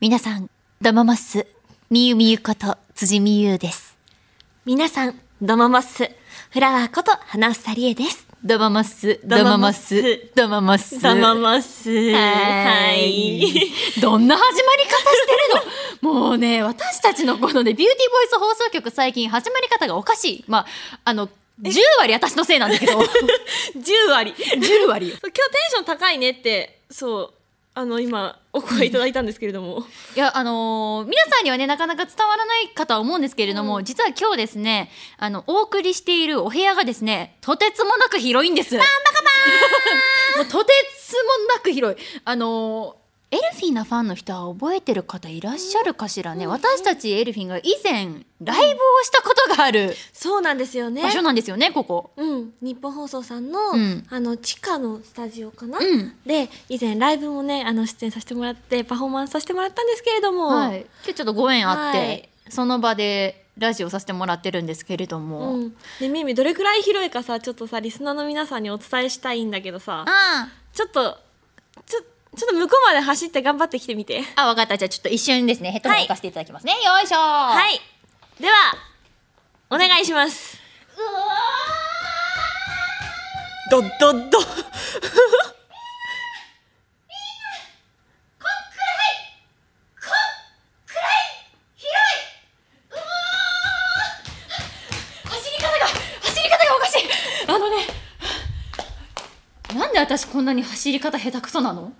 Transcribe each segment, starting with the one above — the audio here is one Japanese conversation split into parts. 皆さん、ダママス、みゆみゆこと辻みゆです。皆さん、どうももっす。フラワーこと花房理恵です。ダママス、ダダママママスス、ダママス。どうももっす。ははい い。。どんな始まり方してるの もうね、私たちのこのね、ビューティーボイス放送局最近始まり方がおかしい。まあ、あの、10割私のせいなんだけ ど、10 10割。今日テンシ割よ。ョン高いねって、そう、あの、今、お声いただいたんですけれども。いや、あのー皆さんにはね、なかなか伝わらないかとは思うんですけれども、実は今日ですね、あの、お送りしているお部屋がですね、とてつもなく広いんです。バン バカバーとてつもなく広い。あのーエルフィーなファンの人は覚えてる方いらっしゃるかしらね、私たちエルフィンが以前ライブをしたことがあるそうなんですよね場。所なんですよねここ。うん、日本放送さんの、うんあの地下のスタジオかな、うんで以前ライブもねあの出演させてもらってパフォーマンスさせてもらったんですけれども、はい、今日ちょっとご縁あって、はいその場でラジオさせてもらってるんですけれども。うん、でみゆみどれくらい広いかさちょっとさリスナーの皆さんにお伝えしたいんだけどさあーちょっとちょちょっと向こうまで走って頑張ってきてみてあ、わかった。じゃあちょっと一瞬ですね、ヘッドホンはい置かせていただきますね。よいしょは。はいいではお願いしますどどど走り方が、走り方がおかしいあのね、なんで私こんなに走り方下手くそなの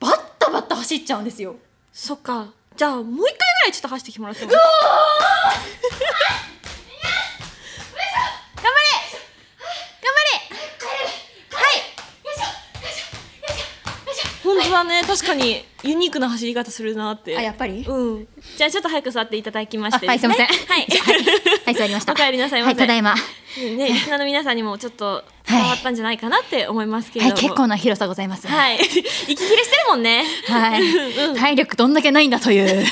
バッタバッタ走っちゃうんですよ。そっかじゃあもう一回ぐらいちょっと走ってきてもらってもいい頑張れ頑張れはいよいしょよいしょよいしょよいし本当だね確かにユニークな走り方するなってあ、やっぱりうんじゃあちょっと早く座っていただきまあ、してはい、すいません。はいはい、座りました。お帰りなさいまはせい、ただいま。は ね、リスナーの皆さんにもちょっと伝わったんじゃないかなって思いますけれい、ども、結構な広さございます。い。はい 息切れしてるもんねはい。体力どんだけないんだという。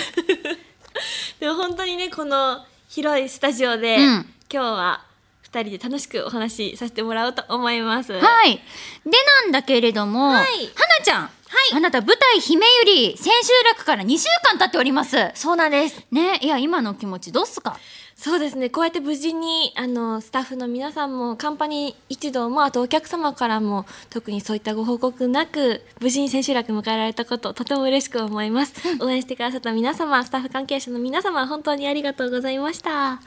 でも本当にねこの広いスタジオで、うん今日は二人で楽しくお話しさせてもらおうと思いますはい。でなんだけれども、はい花ちゃん、あなた舞台姫ゆり千秋楽から2週間経っております。そうなんですね、いや今の気持ちどうっすか。そうですねこうやって無事にあのスタッフの皆さんもカンパニー一同もあとお客様からも特にそういったご報告なく無事に千秋楽迎えられたこととても嬉しく思い ます応援してくださった皆様スタッフ関係者の皆様本当にありがとうございましたは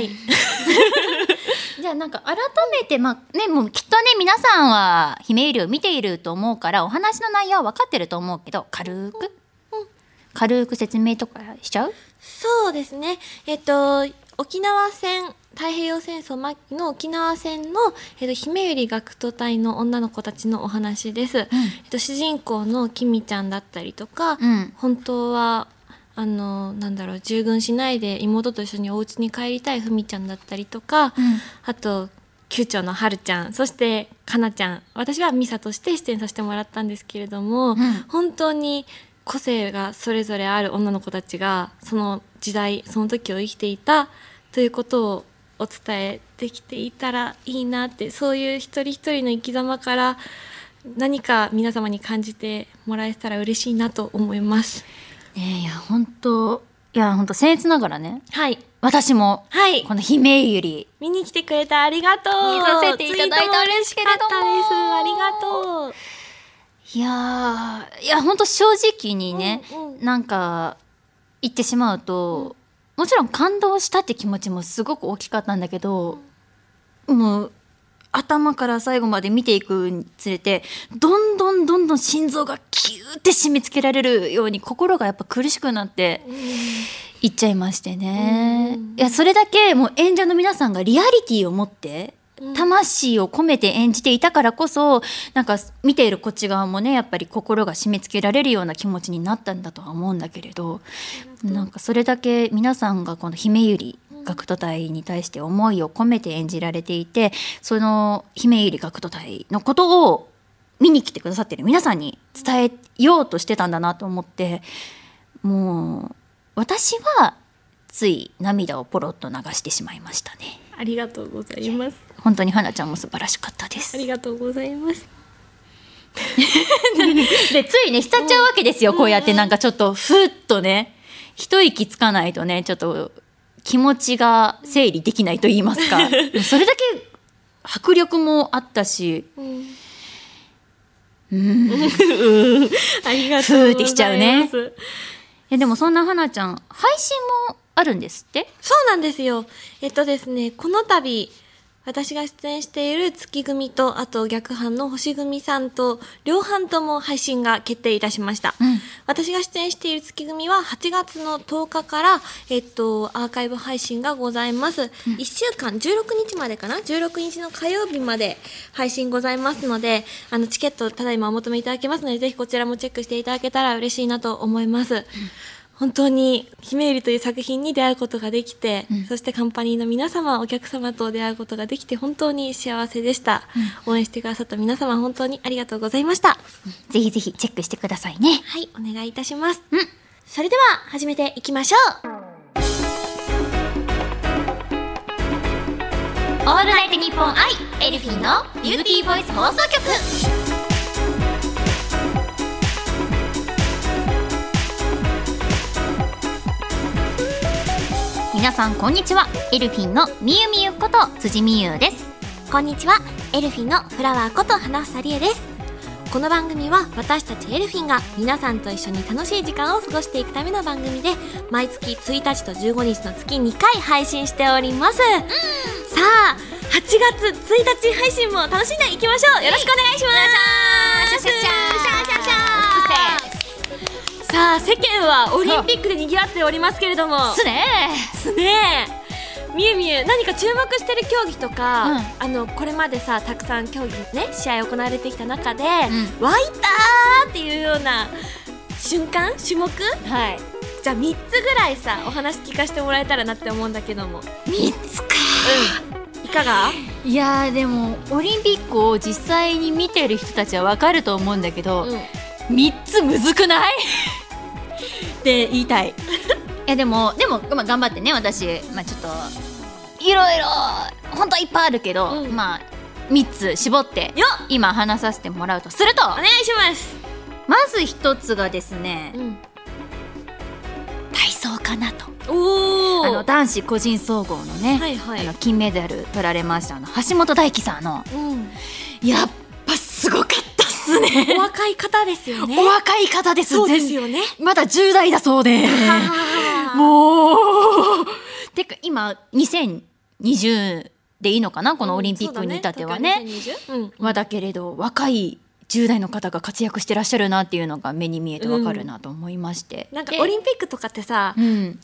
いじゃあなんか改めてまあねもうきっとね皆さんは姫ゆりを見ていると思うからお話の内容は分かってると思うけど軽く、軽く説明とかしちゃう。そうですね。えっと、沖縄戦、太平洋戦争末期の沖縄戦の、えっと、姫百合学徒隊の女の子たちのお話です。えっと、主人公のきみちゃんだったりとか、うん本当は、あの、なんだろう、従軍しないで妹と一緒にお家に帰りたいふみちゃんだったりとか、んあと、宮長のはるちゃん、そしてかなちゃん。私はミサとして出演させてもらったんですけれども、ん本当に個性がそれぞれある女の子たちがその時代その時を生きていたということをお伝えできていたらいいなってそういう一人一人の生き様から何か皆様に感じてもらえたら嬉しいなと思います。ねいや本当いや本当僭越ながらねはい、私もはいこの姫ゆり見に来てくれてありがとう。見させていただいたツイートも嬉しかったです。ありがとう。いやーいや本当正直にね、うんうんなんか言ってしまうと、もちろん感動したって気持ちもすごく大きかったんだけど、もう頭から最後まで見ていくにつれてどんどんどんどん心臓がキューって締め付けられるように心がやっぱ苦しくなっていっちゃいましてね、うんいやそれだけもう演者の皆さんがリアリティを持ってうん魂を込めて演じていたからこそなんか見ているこっち側もねやっぱり心が締め付けられるような気持ちになったんだとは思うんだけれどなんかそれだけ皆さんがこの「姫ゆり」学徒隊に対して思いを込めて演じられていてその姫ゆり学徒隊のことを見に来てくださってる皆さんに伝えようとしてたんだなと思ってもう私はつい涙をポロッと流してしまいましたねありがとうございます。本当に花ちゃんも素晴らしかったですありがとうございます。でついね浸っちゃうわけですよ、こうやってなんかちょっとふっとね一息つかないとねちょっと気持ちが整理できないと言います かでもそれだけ迫力もあったしうんうんありがとふーうございます。ってしちゃうねえでもそんな花ちゃん配信もあるんですってそうなんですよ。えっとですね、この度、私が出演している月組と、あと逆版の星組さんと、両版とも配信が決定いたしました。ん私が出演している月組は8月の10日から、えっと、アーカイブ配信がございます。1週間、16日までかな ?16 日の火曜日まで配信ございますので、あの、チケットただいまお求めいただけますので、ぜひこちらもチェックしていただけたら嬉しいなと思います。本当に「ひめゆり」という作品に出会うことができて、そしてカンパニーの皆様お客様と出会うことができて本当に幸せでした、応援してくださった皆様本当にありがとうございましたぜひぜひチェックしてくださいねはいお願いいたします、うんそれでは始めていきましょう「オールナイトニッポン愛エルフィーのビューティーボイス放送局」皆さんこんにちはエルフィンのみゆみゆこと辻みゆですこんにちはエルフィンのフラワーこと花房理恵ですこの番組は私たちエルフィンが皆さんと一緒に楽しい時間を過ごしていくための番組で毎月1日と15日の月2回配信しております、さあ8月1日配信も楽しんでいきましょうよろしくお願いしますシャシャシャシャシャシャさあ世間はオリンピックで賑わっておりますけれどもすねですねみゆみゆ何か注目してる競技とか、うんあのこれまでさたくさん競技ね試合行われてきた中で、ん湧いたーっていうような瞬間種目はいじゃあ3つぐらいさお話聞かせてもらえたらなって思うんだけども、三つかうん、いかがいやーでもオリンピックを実際に見てる人たちはわかると思うんだけど、三つむずくないって言いたいいやでもでも、まあ、頑張ってね私、まあ、ちょっといろいろ本当はいっぱいあるけど、うんまあ三つ絞ってよ今話させてもらうとするとお願いします、まず一つがですね、ん、体操かなとおおあの男子個人総合のね、はいはいあの金メダル取られましたあの橋本大輝さんのうん、やっぱすごかったっすね お若い方ですよねお若い方ですそうですよね全まだ10代だそう でうもうてか今2020でいいのかなこのオリンピックに至ってはね。うんはだけれど若い10代の方が活躍してらっしゃるなっていうのが目に見えてわかるなと思いまして。なんかでオリンピックとかってさ、うん、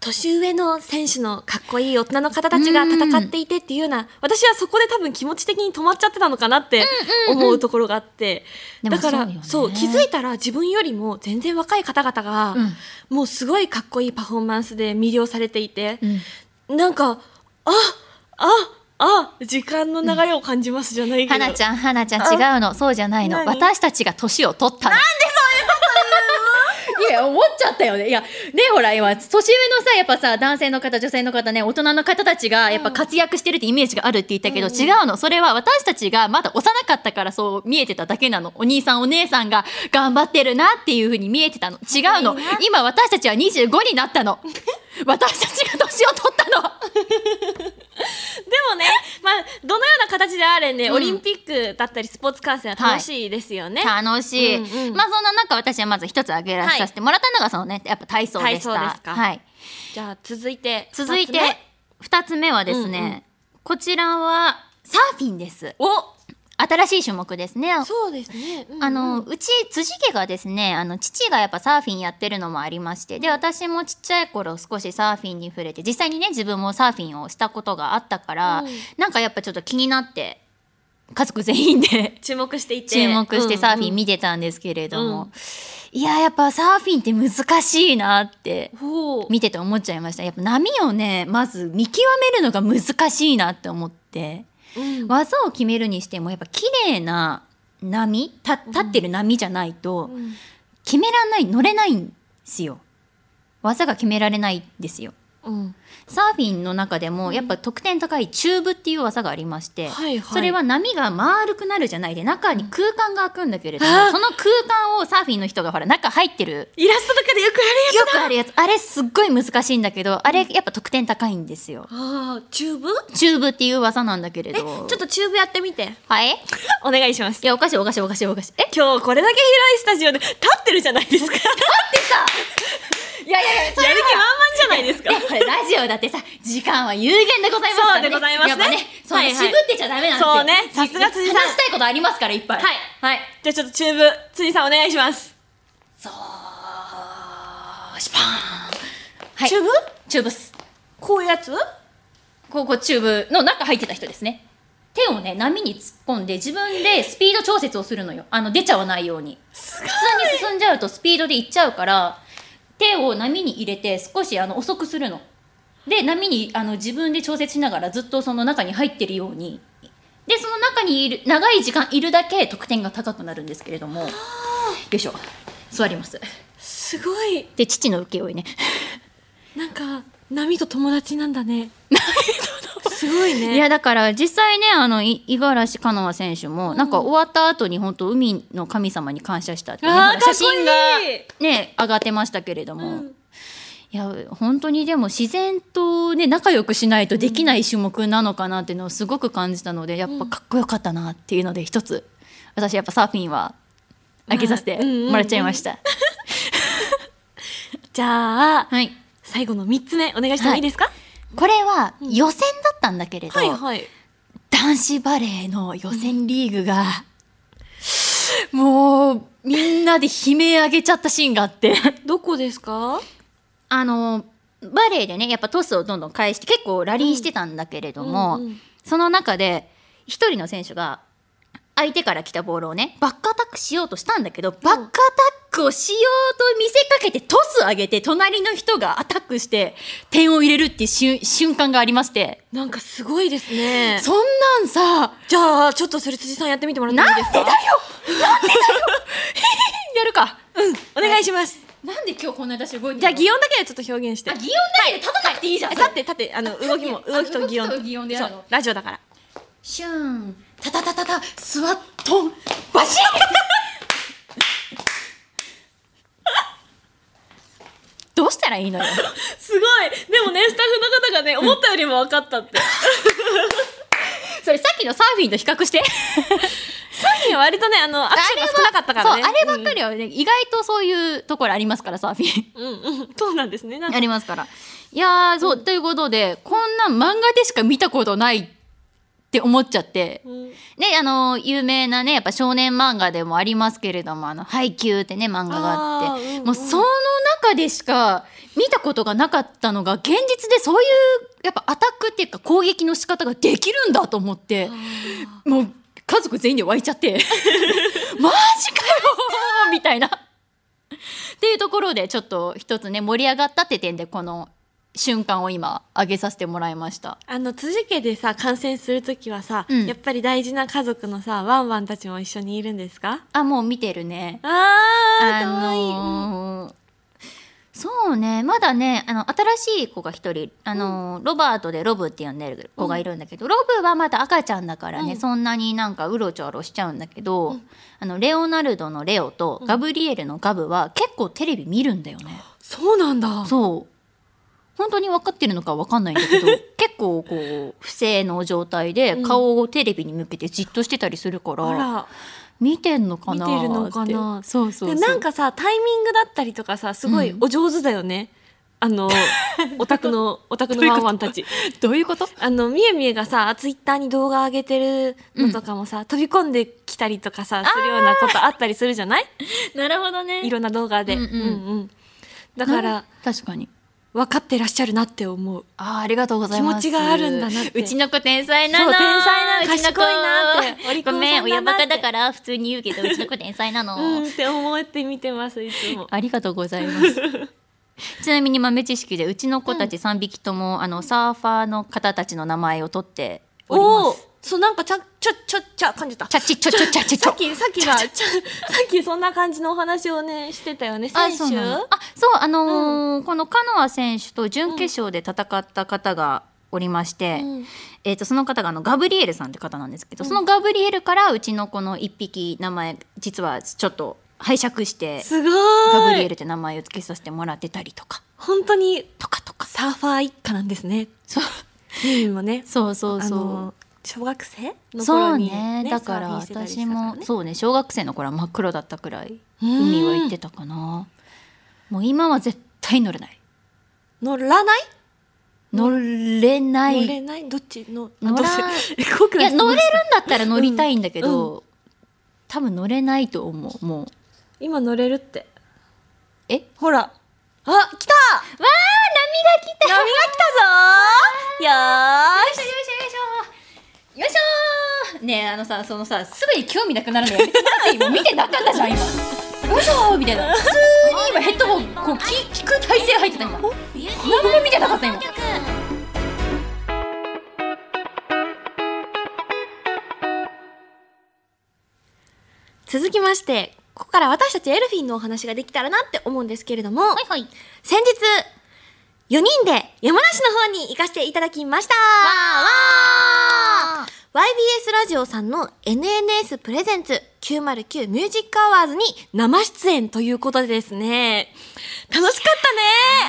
年上の選手のかっこいい大人の方たちが戦っていてっていうような、私はそこで多分気持ち的に止まっちゃってたのかなって思うところがあって、でもだかそらうよねそう気づいたら自分よりも全然若い方々が、もうすごいかっこいいパフォーマンスで魅了されていてう、んなんかあああ時間の流れを感じますじゃないけど、花ちゃん花ちゃん違うのそうじゃないの何私たちが年を取ったのなんでそういうこと言うの いや思っちゃったよねいやねほら今年上のさやっぱさ男性の方女性の方ね大人の方たちがやっぱ活躍してるってイメージがあるって言ったけど、うん違うのそれは私たちがまだ幼かったからそう見えてただけなのお兄さんお姉さんが頑張ってるなっていうふうに見えてたの違うのはい今私たちは25になった の私たちが年を取ったのでもね、まあ、どのような形であれね、うんオリンピックだったりスポーツ観戦は楽しいですよね。楽しい、うんうんまあそんな中私はまず一つ挙げらさせてもらったのがそのねやっぱ体操でした体操ですかはい、じゃあ続いて続いて二つ二つ目目はですね、うんうんこちらはサーフィンですお新しい種目ですねそうですね、うんあのうち辻家がですねあの父がやっぱサーフィンやってるのもありましてで私もちっちゃい頃少しサーフィンに触れて実際にね自分もサーフィンをしたことがあったから、うんなんかやっぱちょっと気になって家族全員で注目していて注目してサーフィン見見てたんですけれども、うんいややっぱサーフィンって難しいなってほう見てて思っちゃいましたやっぱ波をねまず見極めるのが難しいなって思ってうん技を決めるにしてもやっぱ綺麗な波た立ってる波じゃないと決めらんない乗れないんですよ技が決められないんですようん、サーフィンの中でもやっぱ得点高いチューブっていう技がありまして、はいはいそれは波が丸くなるじゃないで中に空間が空くんだけれども、あーその空間をサーフィンの人がほら中入ってるよイラストとかでよくあるやつくあるやつあれすっごい難しいんだけどあれやっぱ得点高いんですよ。ああチューブチューブっていう技なんだけれえちどょっとチューブやってみてはいいお願いしますやおかしいおかしいおかしいおかしいえ今日これだけ広いスタジオで立ってるじゃない ですかやるいやいやいや気満々じゃないですかねこれラジオだってさ時間は有限でございますからねそうでございますねやっぱねそうはいはい渋ってちゃダメなんですよそうねさすが辻さん話したいことありますからいっぱいはいはいじゃあちょっとチューブ辻さんお願いします、そうシュパーン、はい、チューブチューブっすこういうやつここチューブの中入ってた人ですね手をね波に突っ込んで自分でスピード調節をするのよあの出ちゃわないように普通に進んじゃうとスピードでいっちゃうから手を波に入れて少しあの遅くするので波にあの自分で調節しながらずっとその中に入ってるようにでその中にいる長い時間いるだけ得点が高くなるんですけれどもよいしょ座りますすごいで父の請負いねなんか波と友達なんだねすごいねいやだから実際ねあのい五十嵐カノア選手もなんか終わった後に本当海の神様に感謝したってね、あなんーかかっ写こい真いがね上がってましたけれども、うんいや本当にでも自然とね仲良くしないとできない種目なのかなっていうのをすごく感じたのでやっぱかっこよかったなっていうので一つ私やっぱサーフィンは上げさせてもらっちゃいました。じゃあはい最後の三つ目お願いしてもいいですか、これは予選だったんだけれど、はい、はい男子バレーの予選リーグが、もうみんなで悲鳴上げちゃったシーンがあってどこですかあのバレーでねやっぱトスをどんどん返して結構ラリーしてたんだけれども、うんうんうんその中で一人の選手が相手から来たボールをねバックアタックしようとしたんだけどバックアタックをしようと見せかけてトス上げて隣の人がアタックして点を入れるっていう瞬瞬間がありまして、なんかすごいですねそんなんさじゃあちょっとそれ辻さんやってみてもらっていいですか やるかお願いします、なんで今日こんな私動いてるのじゃあ擬音だけでちょっと表現してあ、擬音だけで立たなくていいじゃん。えそれ立って立ってあの動きもあ動きと擬音動きと擬音でやるのそうラジオだからシューン、タタタタタ、スワットン、バシン。どうしたらいいのよ。すごいでもねスタッフの方がね思ったよりも分かったって それさっきのサーフィンと比較 して。サーフィンは割とねあのアクションが少なかったからそう、ねあればっかりはね、意外とそういうところありますから、サーフィン。うんうんうんそうなんですねなんかありますから。いやー、そう、ということで、こんなん漫画でしか見たことないって思っちゃって。うんね、あの、有名なね、やっぱ少年漫画でもありますけれども、あの、ハイキューってね、漫画があって、あーうんもうその中でしか見たことがなかったのが、現実でそういう、やっぱアタックっていうか攻撃の仕方ができるんだと思って、もう家族全員で湧いちゃ って、マジかよみたいな。っていうところで、ちょっと一つね、盛り上がったって点で、この瞬間を今、上げさせてもらいました。あの辻家でさ観戦するときはさ、うんやっぱり大事な家族のさワンワンたちも一緒にいるんですかあ、もう見てるね。あー、あかわいいうんのーそうねまだねあの新しい子が一人あのー、ロバートでロブって呼んでる子がいるんだけど、ロブはまだ赤ちゃんだからね、うんそんなになんかうろちょろしちゃうんだけど、あのレオナルドのレオとガブリエルのガブは結構テレビ見るんだよね。そうなんだそう本当に分かってるのか分かんないんだ けど結構こう不正の状態で顔をテレビに向けてじっとしてたりするから、あら見てんのかなーって見てるのかなそうそうそうでなんかさタイミングだったりとかさすごいうんお上手だよね、あのオタクのオタクのワンワンたちどういうことあのみえみえがさツイッターに動画上げてるのとかもさ、飛び込んできたりとかさするようなことあったりするじ ゃないなるほどねいろんな動画で、うんうんうんだから確かに分かってらっしゃるなって思うあーありがとうございます気持ちがあるんだなってうちの子天才なのそう天才なのうちの子賢いなってお利口ごさんだなってめん親バカだから普通に言うけどうちの子天才なの、 うんって思って見てますいつもありがとうございます ちなみに豆知識でうちの子たち3匹とも、あのサーファーの方たちの名前を取っておりますおそうなんかちゃちょちょちゃ感じた。チャチチョチョチャチチさョっ。きさっきがちょさっきそんな感じのお話をねしてたよねあ、選手。そうなの。あ、そう、あのーこのカノア選手と準決勝で戦った方がおりまして、うんえっ、と、その方があの、ガブリエルさんって方なんですけど、そのガブリエルからうちのこの一匹名前、実はちょっと拝借して、すごガブリーエルい。って名前を付けさせてもらってたりとか、本当にとかとか。サーファー一家なんですね。そうユミもね。そうそうあそう。の小学生のそう頃に、ねだからサーフィンしてたりし私たからも、ねそうね小学生の頃は真っ黒だったくらいうん海は行ってたかなもう今は絶対乗れない乗らない？乗れな乗いれない？どっちの？あ乗らどうせ え航空いのや人乗れるんだったら乗りたいんだけど、多分乗れないと思うもう今乗れるって。えほら。あ、来たわあ波が来た波が来たぞーよーしよいしょよいしょねえあのさそのさすぐに興味なくなるのやめてもらっていい見てなかったじゃん今よいしょーみたいな普通に今ヘッドホンこう聞聞く体勢入ってた今何も見てなかった今続きまして、ここから私たちエルフィンのお話ができたらなって思うんですけれども、いはい先日、4人で山梨の方に行かせていただきましたわー YBS ラジオさんの NNS プレゼンツ909ミュージックアワーズに生出演ということでですね、楽しか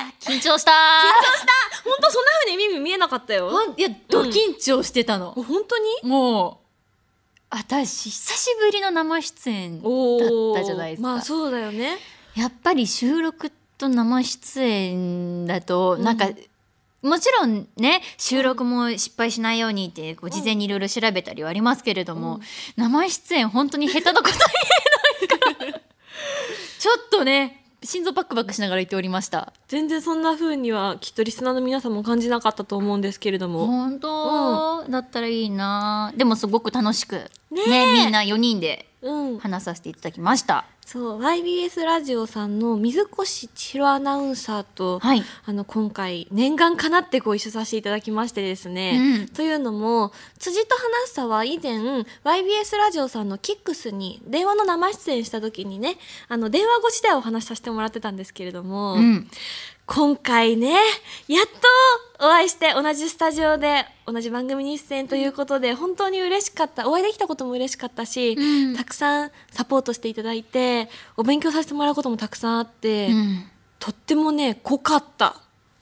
ったね緊張したほんとそんな風に耳見えなかったよ。ほんいやド緊張してたの、本当にもう私久しぶりの生出演だおーったじゃないですか、まあそうだよね。やっぱり収録と生出演だとうんなんか、もちろんね収録も失敗しないようにってこう事前にいろいろ調べたりはありますけれども、うん生出演本当に下手なこと言えないからちょっとね心臓バックバックしながら言っておりました。全然そんな風にはきっとリスナーの皆さんも感じなかったと思うんですけれども。 本当、だったらいいなでもすごく楽しくねねえみんな4人でうん。話させていただきました。そう、YBS ラジオさんの水越千尋アナウンサーと、はいあの今回念願かなってご一緒させていただきましてですね、うんというのも辻と花房は以前 YBS ラジオさんのキックスに電話の生出演した時にねあの電話越しでお話しさせてもらってたんですけれども、うん、今回ねやっとお会いして同じスタジオで同じ番組に出演ということで本当に嬉しかったお会いできたことも嬉しかったし、うんたくさんサポートしていただいてお勉強させてもらうこともたくさんあって。うんとってもね濃かった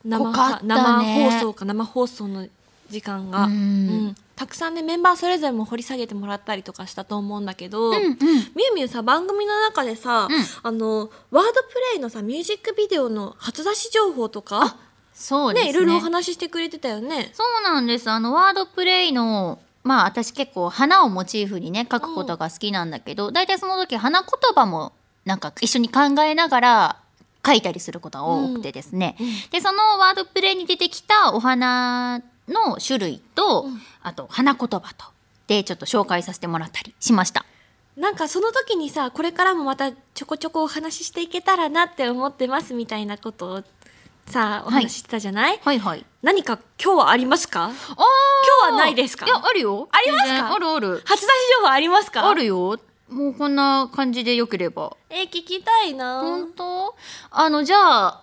生濃かったね生放送か生放送の時間が、うんんたくさんねメンバーそれぞれも掘り下げてもらったりとかしたと思うんだけど、うんうんみゆみゆさ番組の中でうんさ、あのワードプレイのさミュージックビデオの初出し情報とかそうですねねいろいろお話ししてくれてたよね。そうなんです。あの、ワードプレイの、まあ私結構花をモチーフにね、書くことが好きなんだけど、大体その時花言葉もなんか一緒に考えながら書いたりすることが多くてですね。うんで、そのワードプレイに出てきたお花の種類と、うんあと花言葉と、で、ちょっと紹介させてもらったりしました。なんかその時にさこれからもまたちょこちょこお話ししていけたらなって思ってますみたいなことをさお話ししてたじゃない、はいはい。何か今日はありますかあ今今日はないですかいや、あるよ。ありますか全然あるある。初出し情報ありますかあるよ。もうこんな感じで良ければ。えー聞きたいな本当あのじゃあ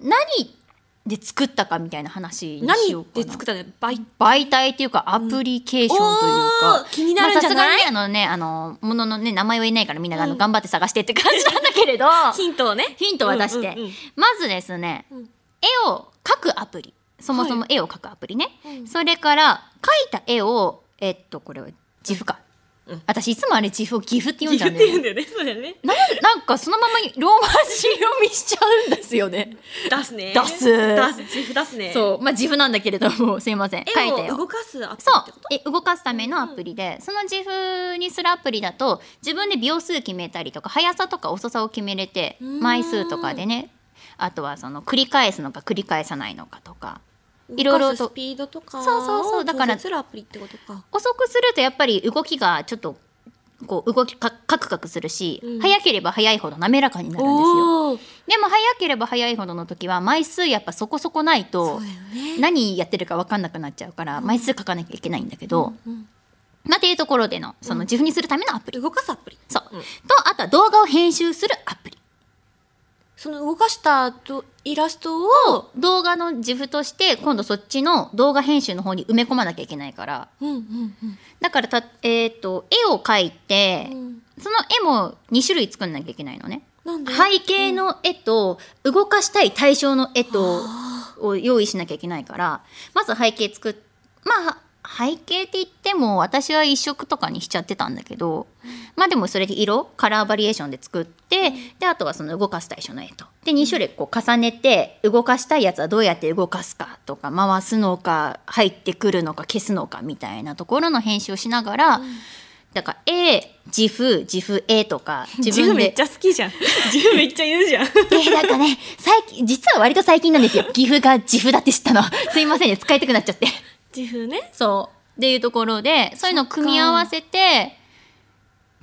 何で作ったかみたいな話にしよ何うかなで作ったのバイ媒体っていうかアプリケーションというおか、ー気になるんじゃないまあさすがにねあのねあのもののね名前は言えないからみんながあの、うん頑張って探してって感じなんだけれ どヒントをねヒントは出して、うんうんうんまずですね、うん絵を描くアプリそもそも絵を描くアプリね、うんそれから描いた絵をえっとこれは自負か、うん私いつもあれ自負をギフって読んじゃうんだよ言っねてるんだよねそうだよねなんなんかそのままローマ字読みしちゃうんですよね。出すね出す出すチーフ出すねそう、まあ自負なんだけれども、 すいません。書いた絵を動よ。かすアプそリっうてことえ動かすためのアプリで、その自負にするアプリだと自分で秒数決めたりとか速さとか遅さを決めれてうん枚数とかでねあとはその繰り返すのか繰り返さないのかとかいろ動いろかすスとピードとかそうそうそうだから調節するアプリってことか遅くするとやっぱり動きがちょっとこう動きかカクカクするし、うん速ければ速いほど滑らかになるんですよ。おーでも早ければ早いほどの時は枚数やっぱそこそこないそとうだよね何やってるか分かんなくなっちゃうから枚数書かなきゃいけないんだけど、うんまあ、っていうところでのその自負にするためのアプリ、動かすアプリそう、うんとあとは動画を編集するアプリその動かしたとイラストを、動画の自負として今度そっちの動画編集の方に埋め込まなきゃいけないからうんうんだからた、えー、と絵を描いてう、ん、その絵も2種類作んなきゃいけないのねなんで背景の絵と動かしたい対象の絵とあを用意しなきゃいけないからまず背景作っまあ背景って言っても私は一色とかにしちゃってたんだけど、まあでもそれで色カラーバリエーションで作って、であとはその動かす対象の絵とで2種類こう重ねて動かしたいやつはどうやって動かすかとか回すのか入ってくるのか消すのかみたいなところの編集をしながら、だから絵自負自負絵とか自自分分めっでちゃ好きじゃん 自分めっちゃ言うじゃんえなんかね最近実は割と最近なんですよ岐阜が自負だって知ったのすいませんね使いたくなっちゃって自負ねそうっていうところでそういうのを組み合わせて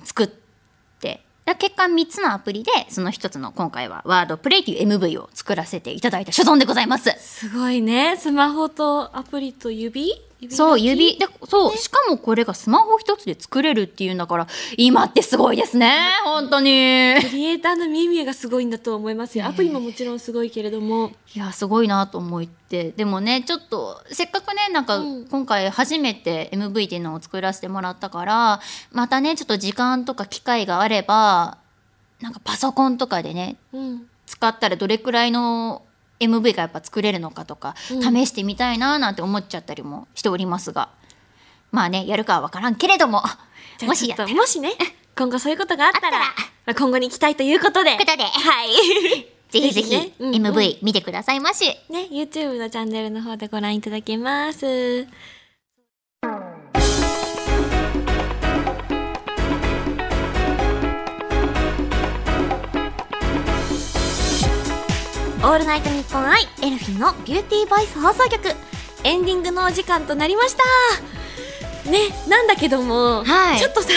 作ってだから結果3つのアプリでその1つの今回はワードプレイという MV を作らせていただいた所存でございますすごいねスマホとアプリと指そう指指でそう、しかもこれがスマホ1つで作れるっていうんだから今ってすごいですね本当にクリエイターのミュウミュウがすごいんだと思いますよねえアプリももちろんすごいけれどもいやすごいなと思ってでもねちょっとせっかくねなんかうん今回初めて MV っていうのを作らせてもらったからまたねちょっと時間とか機会があればなんかパソコンとかでねうん使ったらどれくらいの MV がやっぱ作れるのかとかうん試してみたいななんて思っちゃったりもしておりますが、まあねやるかは分からんけれどももしやったらちょともしね今後そういうことがあったらあっまあ、今後に期待ということでということではいぜひぜひ ぜひねうんうん MV 見てくださいまし。ね、YouTube のチャンネルの方でご覧いただけます。オールナイトニッポンアイエルフィンのビューティーボイス放送局エンディングのお時間となりましたね、なんだけども、はいちょっとさ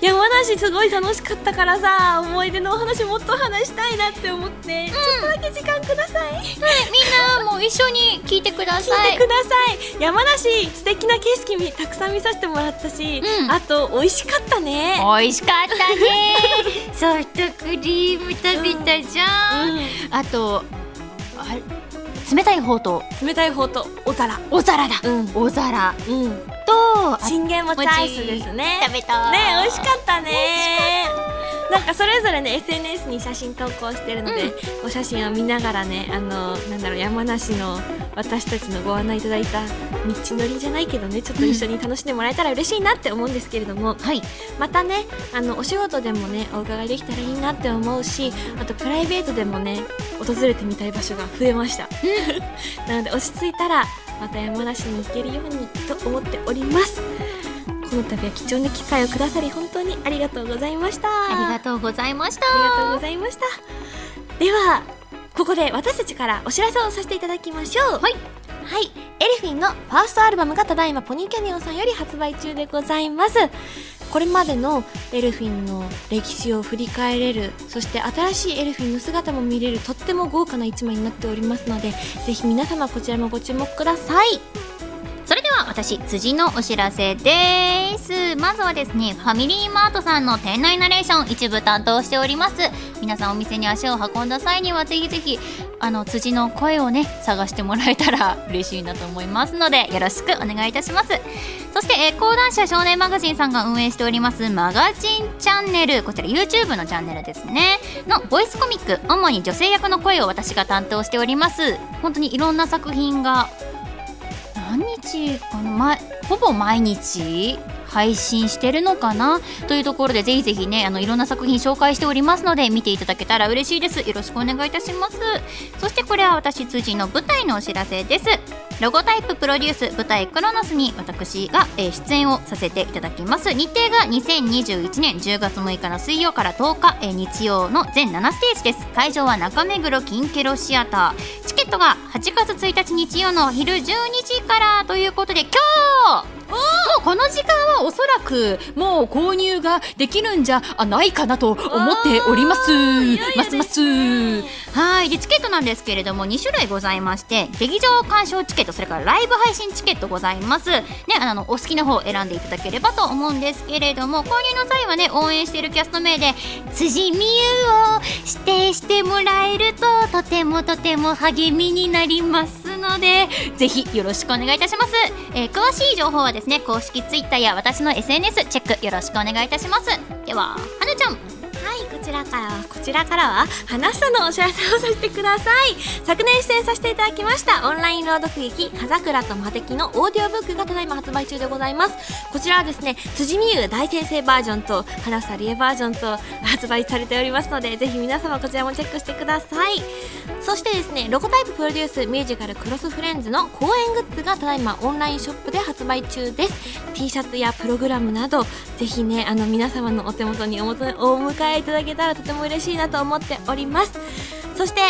山梨すごい楽しかったからさ思い出のお話もっと話したいなって思って、ちょっとだけ時間くださいみんなも一緒に聞いてくだ聞いてください山梨素敵な景色みたくさん見させてもらったし、うんあと美味しかったね、美味しかったね ソフトクリーム食べたじゃん、うあとあれ冷たい方とん、冷たい方とお皿お皿だ、うんお皿うんとあ信玄餅アイスですね食べたね美味しかったねなんかそれぞれね SNS に写真投稿してるので、お写真を見ながらねあのなんだろう山梨の私たちのご案内いただいた道のりじゃないけどねちょっと一緒に楽しんでもらえたら嬉しいなって思うんですけれども、はいまたねあのお仕事でもねお伺いできたらいいなって思うしあとプライベートでもね訪れてみたい場所が増えましたなので落ち着いたらまた山梨に行けるようにと思っておりますこの度は貴重な機会をくださり本当にありがとうございましたありがとうございましたありがとうございましたではここで私たちからお知らせをさせていただきましょうはいはい、エルフィンのファーストアルバムがただいまポニーキャニオンさんより発売中でございますこれまでのエルフィンの歴史を振り返れるそして新しいエルフィンの姿も見れるとっても豪華な一枚になっておりますのでぜひ皆様こちらもご注目くださいそれでは私辻のお知らせですまずはですねファミリーマートさんの店内ナレーション一部担当しております皆さんお店に足を運んだ際にはぜひぜひあの辻の声をね探してもらえたら 嬉しいなと思いますのでよろしくお願いいたしますそして、えー講談社少年マガジンさんが運営しておりますマガジンチャンネルこちら YouTube のチャンネルですねのボイスコミック主に女性役の声を私が担当しております本当にいろんな作品が何日かな、ま、ほぼ毎日配信してるのかなというところでぜひぜひねあのいろんな作品紹介しておりますので見ていただけたら嬉しいですよろしくお願いいたしますそしてこれは私辻の舞台のお知らせですロゴタイププロデュース舞台クロノスに私が、えー出演をさせていただきます日程が2021年10月6日の水曜から10日、えー日曜の全7ステージです会場は中目黒金ケロシアターチケットが8月1日日曜のお昼12時からということで今日もうこの時間はおそらくもう購入ができるんじゃないかなと思っておりますおーいよいよですねますますはいはいでチケットなんですけれども2種類ございまして劇場鑑賞チケットそれからライブ配信チケットございますねあのお好きな方を選んでいただければと思うんですけれども購入の際はね応援しているキャスト名で辻美優を指定してもらえるととてもとても励みになりますのでぜひよろしくお願いいたします、えー詳しい情報はですね公式 Twitter や私の SNS チェックよろしくお願いいたしますでははなちゃんはいこちらからはこちらからは花下のお知らせをさせてください昨年出演させていただきましたオンライン朗読劇「葉桜と魔敵」のオーディオブックがただいま発売中でございますこちらはですね辻美優大先生バージョンと花下理恵バージョンと発売されておりますのでぜひ皆様こちらもチェックしてくださいそしてですねロゴタイププロデュースミュージカル「クロスフレンズ」の公演グッズがただいまオンラインショップで発売中です T シャツやプログラムなどぜひねあの皆様のお手元におもとお迎えいただけたらとても嬉しいなと思っておりますそして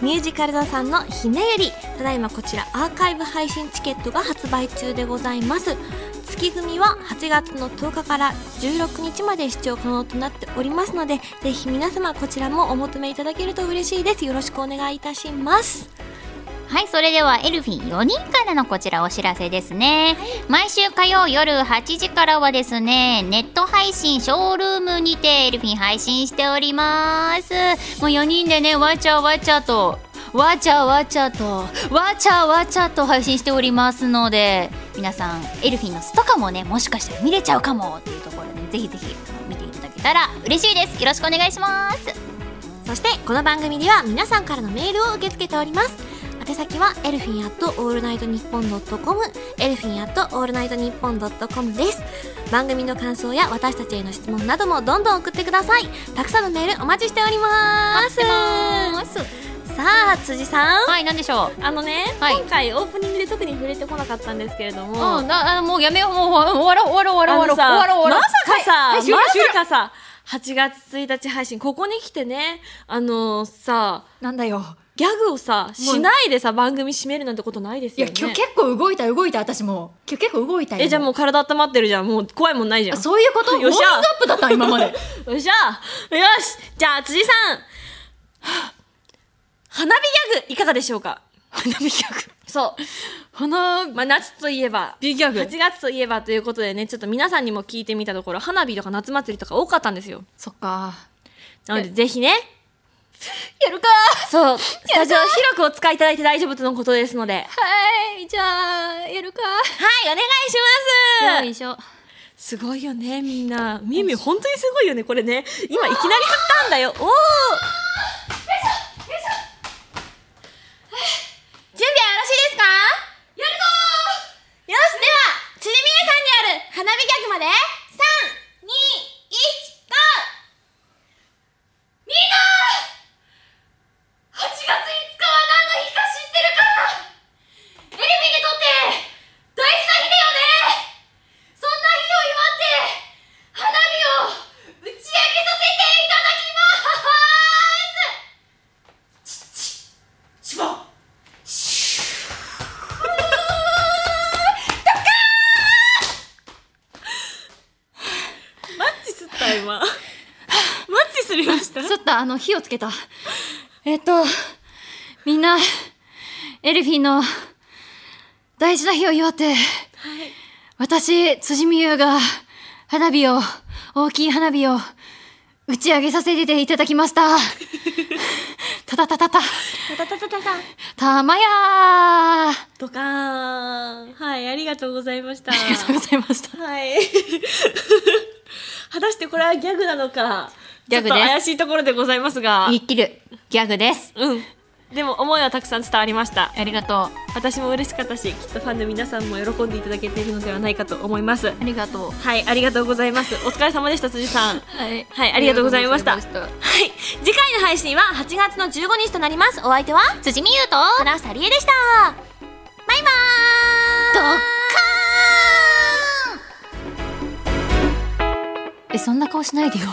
ミュージカル座さんの「ひねゆり」ただいまこちらアーカイブ配信チケットが発売中でございます月組は8月の10日から16日まで視聴可能となっておりますのでぜひ皆様こちらもお求めいただけると嬉しいですよろしくお願いいたしますはい、それではエルフィン4人からのこちらお知らせですね。毎週火曜夜8時からはですね、ネット配信ショールームにてエルフィン配信しております。もう4人でね、わちゃわちゃと、わちゃわちゃと、わちゃわちゃと配信しておりますので、皆さん、エルフィンの巣とかもね、もしかしたら見れちゃうかもっていうところで、ぜひぜひ見ていただけたら嬉しいです。よろしくお願いします。そしてこの番組では皆さんからのメールを受け付けております宛先はエルフィンアットオールナイトニッポンドットコムエルフィンアットオールナイトニッポンドットコムです番組の感想や私たちへの質問などもどんどん送ってくださいたくさんのメールお待ちしておりますさあ辻さんはい、なんでしょうあのね、はい今回オープニングで特に触れてこなかったんですけれども、うん、なあもうやめよう、もう終わろう、終わろう、終わろう、終わろう、終わろう。まさかさ、はいはい終了ま終了さかさ、8月1日配信、ここに来てね、あのさ、なんだよギャグをさ、しないでさ、番組締めるなんてことないですいよやね。今日結構動いた動いた私も今日結構動いたよえ、じゃあもう体温まってるじゃん。もう怖いもんないじゃん。あそういうことよっウォーしゃミングアップだった今ま でよっしゃよしじゃあ、辻さんはあ花火ギャグいかがでしょうか花火客そう。花まあ、夏といえば、火ギャ8月といえばということでね、ちょっと皆さんにも聞いてみたところ、花火とか夏祭りとか多かったんですよ。そっかなので、ぜひね、やるかそう、スタジオ広くお使いいただいて大丈夫とのことですので。はい、はいじゃあやるかお願いしよまいしょ。すすごいよね、みんな。みゆみゆ、本当にすごいよね、これね。今、いきなり振ったんだよ。おお準備はよろしいですかやるぞよし、では、ちりみえさんにある花火ギャグまで、3、2、1、GO! みんな8月5日は何の日か知ってるかエレミにとって大事な日だよねそんな日を祝って花火を打ち上げさせていただきますしばマッチすった、今。マッチすりました。ちょっとあの火をつけたえっとみんなエルフィンの大事な日を祝って私辻美優が花火を大きい花火を打ち上げさせていただきましたたたたたたたたたたたた。たまやーあドカーン。はい、ありがとうございました。りがとうございましたはい。 果たしてこれはギャグなのか、ギャグですちょっと怪しいところでございますが、言い切るギャグですうん。でも思いはたくさん伝わりました。ありがとう私も嬉しかったしきっとファンの皆さんも喜んでいただけているのではないかと思いますありがとうはいありがとうございますお疲れ様でした辻さんはい、はいありがとうございましたありがとうございまはい次回の配信は8月の15日となりますお相手は辻美優と花さりえでしたバイバーイドッカーンえそんな顔しないでよ